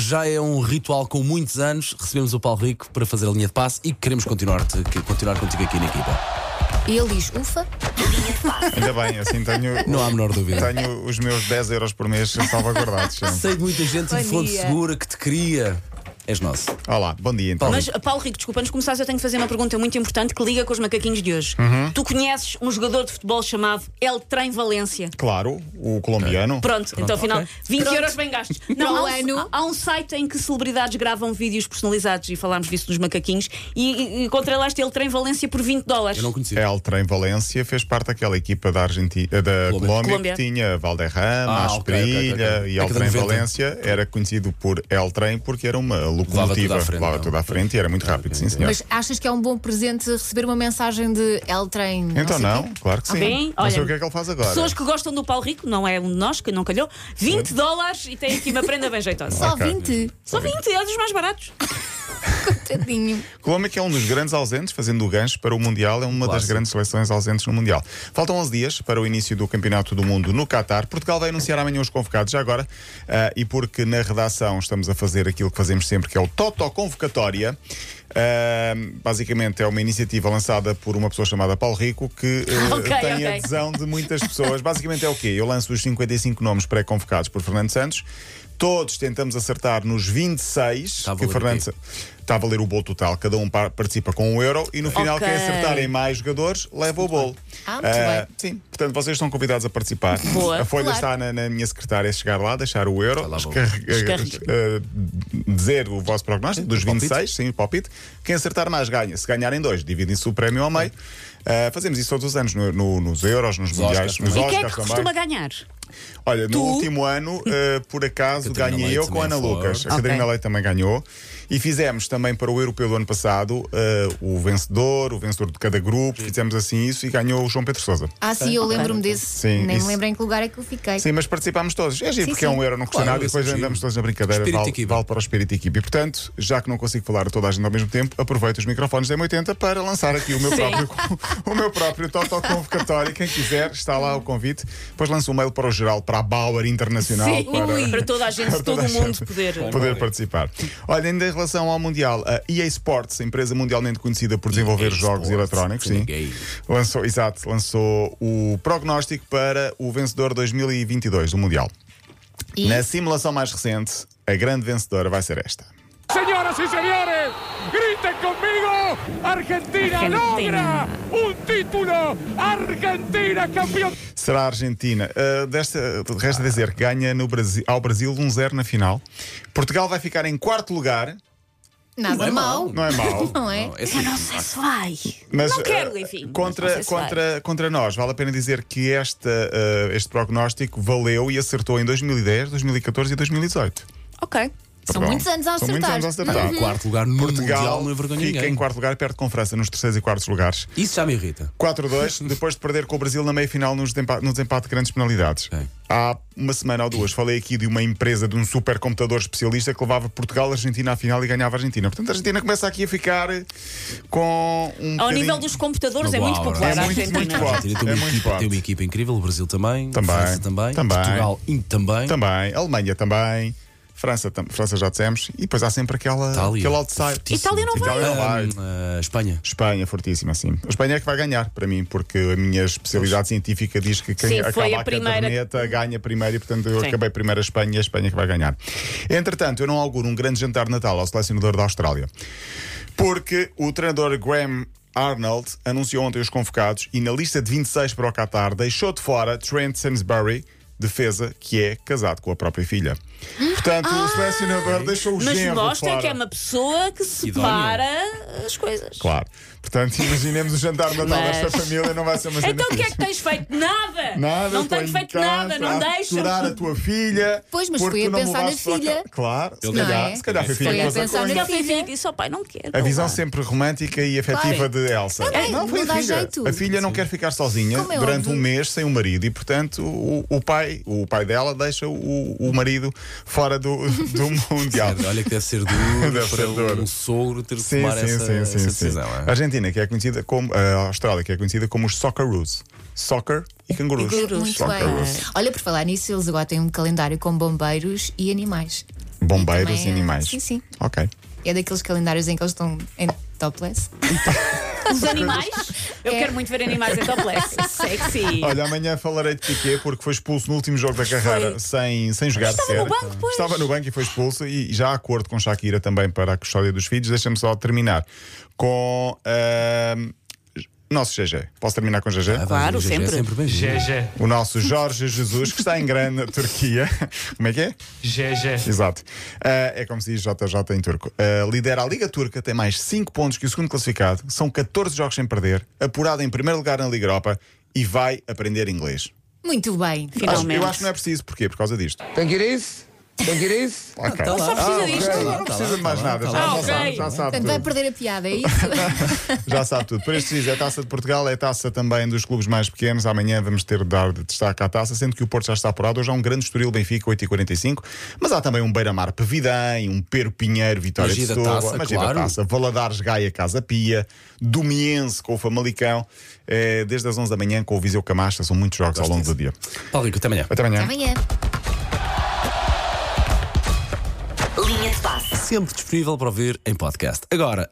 já é um ritual com muitos anos. Recebemos o Paulo Rico para fazer a linha de passe e queremos continuar, continuar contigo aqui na equipa. E ele diz, ufa, Ainda bem, assim tenho, Não há a menor dúvida. tenho os meus 10 euros por mês salvaguardados. sempre. Sei de muita gente Bom de fonte dia. segura que te queria. És nosso. Olá, bom dia então. Paulo. Mas, Paulo Rico, desculpa, antes de começares, eu tenho que fazer uma pergunta muito importante que liga com os macaquinhos de hoje. Tu conheces um jogador de futebol chamado El Trem Valência? Claro, o colombiano. Pronto, então afinal, ok. 20 euros bem gastos. Não, Para o há, um, ano. há um site em que celebridades gravam vídeos personalizados e falámos disso dos macaquinhos e, e encontrei lá este El Trem Valência por 20 dólares. Eu não conhecia. Eltra em Valência fez parte daquela equipa da Argentina, eh, da Colômbia. Colômbia, Colômbia. que tinha Valderrama, Ah, ok, ok, ok, Asperilha ok. e Década Eltrem de 90. Valência era conhecido por Eltrem porque era uma tudo locomotiva, à frente, então. Ah, levava não? tudo à frente e era muito rápido, sim senhor. mas achas que é um bom presente receber uma mensagem de Assim, L-Train? Então não, claro que sim. Bem, não sei olha, o que é que ele faz agora. Pessoas que gostam do Paulo Rico, não é um de nós, que não calhou, 20 dólares e tem aqui uma prenda bem jeitosa. Só Ok. 20? Só 20, é dos mais baratos. Tadinho. Colômbia que é um dos grandes ausentes, fazendo o gancho para o Mundial, é uma das Clássico. grandes seleções ausentes no Mundial. Faltam 11 dias para o início do Campeonato do Mundo no Qatar. Portugal vai anunciar amanhã os convocados, já agora. ah, e porque na redação estamos a fazer aquilo que fazemos sempre, que é o Toto Convocatória. ah, basicamente é uma iniciativa lançada por uma pessoa chamada Paulo Rico que ah, Ok, tem ok. a adesão de muitas pessoas. Basicamente é o quê? Eu lanço os 55 nomes pré-convocados por Fernando Santos. Todos tentamos acertar nos 26 Está Tá a que valer Fernando o quê? Está a valer o bolo total, cada um par- participa com um euro e no final, Ok. quem acertarem mais jogadores leva o bolo. Ah, muito bem. Sim, portanto, vocês estão convidados a participar. Boa, a folha claro. está na, na minha secretária, é chegar lá, deixar o euro, Tá lá, vou. descarre- Descarrega. eh, dizer o vosso prognóstico, dos o palpite. 26, sim, o palpite. Quem acertar mais ganha. Se ganharem dois, dividem-se o prémio ao meio. Ah, fazemos isso todos os anos, no- no- nos euros, nos mundiais, Oscars nos também. E quem é que Oscars costuma também. ganhar? Olha, Tu? no último ano, eh, por acaso, Catarina ganhei Leite eu com a também Ana foi. Lucas. A Ok. Catarina Leite também ganhou. E fizemos também para o europeu do ano passado eh, o vencedor, o vencedor de cada grupo. Fizemos assim isso e ganhou o João Pedro Souza. Ah, sim, eu lembro-me desse. Sim, Nem isso. me lembro em que lugar é que eu fiquei. Sim, mas participámos todos. É giro, Sim, porque é sim. um euro, não custa Claro, nada e isso depois é giro. andamos todos na brincadeira. Espírito Vale, equipe. vale para o espírito equipe. E portanto, já que não consigo falar a toda a gente ao mesmo tempo, aproveito os microfones da M80 para lançar aqui o meu Sim. próprio, o meu próprio total convocatório. Quem quiser, está lá o convite. Depois lanço um mail para o geral, para a Bauer Internacional. Sim, para- Ui, para toda a gente, para todo toda o a mundo gente. poder. poder participar. Olha, ainda em relação ao Mundial, a EA Sports, a empresa mundialmente conhecida por desenvolver EA jogos Sports, eletrónicos, sim, ninguém. lançou, exato, lançou o prognóstico para o vencedor 2022 do Mundial. E? Na simulação mais recente, a grande vencedora vai ser esta. Señoras y señores, griten conmigo, Argentina, Argentina. logra un título, Argentina es campeón. Será a Argentina. Uh, desta, resta dizer que ganha no Brasil, ao Brasil 1-0 na final. Portugal vai ficar em quarto lugar. Nada é mal. Não é mau. Não é? É assim. Não sei se vai. Mas, Não quero, eh, enfim, mas não Contra, sei se vai. contra, contra nós, vale a pena dizer que esta, eh, este prognóstico valeu e acertou em 2010, 2014 e 2018. Ok. São Pronto. muitos anos a São muitos acertar. anos a acertar. Uhum. Quarto lugar no Mundial Portugal não envergonha fica ninguém. em quarto lugar, perto com França, nos terceiros e quartos lugares. Isso já me irrita. 4-2, depois de perder com o Brasil na meia final no desempate, no desempate de grandes penalidades. Ok. Há uma semana ou duas falei aqui de uma empresa de um supercomputador especialista que levava Portugal e Argentina à final e ganhava a Argentina. Portanto, a Argentina começa aqui a ficar eh, com um. Ao bocadinho- nível dos computadores Uma é boa muito aura. popular É a muito, Argentina. muito forte. Argentina tem, É uma muito equipa, forte. tem uma equipa incrível, o Brasil também, Também, França também, também. Portugal e também. Também, Alemanha também, França, tam- França já dissemos, e depois há sempre aquela, Itália. aquele outside. Fortíssimo. Itália não vai. Itália não vai. Ah, ah, Espanha. Espanha, fortíssima, sim. A Espanha é que vai ganhar, para mim, porque a minha especialidade científica diz que quem Sim, acaba foi a a, primeira- caderneta ganha primeiro, e portanto eu Sim. acabei primeiro a Espanha e a Espanha que vai ganhar. Entretanto, eu não auguro um grande jantar de Natal ao selecionador da Austrália, porque o treinador Graham Arnold anunciou ontem os convocados e na lista de 26 para o Qatar deixou de fora Trent Sainsbury. Defesa que é casado com a própria filha. Portanto, o selecionador deixou o Ah! Mas genro mostra fora. que é uma pessoa que separa as coisas. Claro. Portanto, imaginemos o jantar de Natal Mas- desta família, não vai ser uma cena Então o que é que tá- fixe. tens feito? Nada! Nada, não estou tenho em feito casa nada, não a deixo. Aturar a tua filha. Pois, mas porque foi a tu não me pensar na levaste para filha. cá. Claro, se Ele calhar, deve- se calhar foi Foi filha a que pôs pensar coisa. na Ele foi filho e disse: ó pai, não quero. A não visão vai." sempre romântica e afetiva Claro. de Elsa. Não, não, não foi dá a filha. jeito. A filha não quer ficar sozinha Como é durante óbvio. um mês sem o marido e, portanto, o, o pai, o pai dela deixa o, o marido fora do, do mundial. Olha que deve ser duro Deve para ser duro. um sogro ter de tomar essa, essa decisão. A é? Argentina, que é conhecida como. A Austrália, que é conhecida como os Socceroos. Soccer e cangurus. E cangurus. Muito bem. Olha, por falar nisso, eles agora têm um calendário com bombeiros e animais. Bombeiros e também é- animais. Sim, sim. Ok. É daqueles calendários em que eles estão em topless. Os animais? Eu É. quero muito ver animais em topless. Sexy. Olha, amanhã falarei de Piquet porque foi expulso no último jogo da carreira Foi. sem, sem jogar Estava sequer. no banco, pois. Estava no banco e foi expulso e já há acordo com Shakira também para a custódia dos filhos. Deixa-me só terminar com ahm, nosso GG. Posso terminar com GG? Claro, Gigi, é sempre. sempre bem. GG, O nosso Jorge Jesus, que está em grande na Turquia. Como é que é? GG. Exato. Ah, é como se diz JJ em turco. Ah, lidera a Liga Turca, tem mais 5 pontos que o segundo classificado, são 14 jogos sem perder, apurado em primeiro lugar na Liga Europa e vai aprender inglês. Muito bem. Acho, Finalmente. eu acho que não é preciso, porquê? Por causa disto. Don't get isso? Don't get isso? Ok. Tá lá, Só Ah, precisa tá disto. lá, Não tá precisa lá, de mais tá lá, nada, tá já, lá. Ah, já ok. sabe, já sabe Portanto, vai tudo. perder a piada, é isso? Já sabe tudo. Para este preciso, é a taça de Portugal, é a taça também dos clubes mais pequenos. Amanhã vamos ter de dar de destaque à taça, sendo que o Porto já está apurado. Hoje há um grande Estoril Benfica, 8h45, mas há também um Beira-Mar Pevidém, um Pero Pinheiro, Vitória Magia de da Setúbal, Taça, Magia claro. da Taça, Valadares Gaia Casa Pia, Domiense com o Famalicão, eh, desde as 11 da manhã com o Viseu Camacha. São muitos jogos ao longo do dia. Paulo Rico, até amanhã. Até amanhã. Amanhã. Linha de passe. Sempre disponível para ouvir em podcast. Agora, a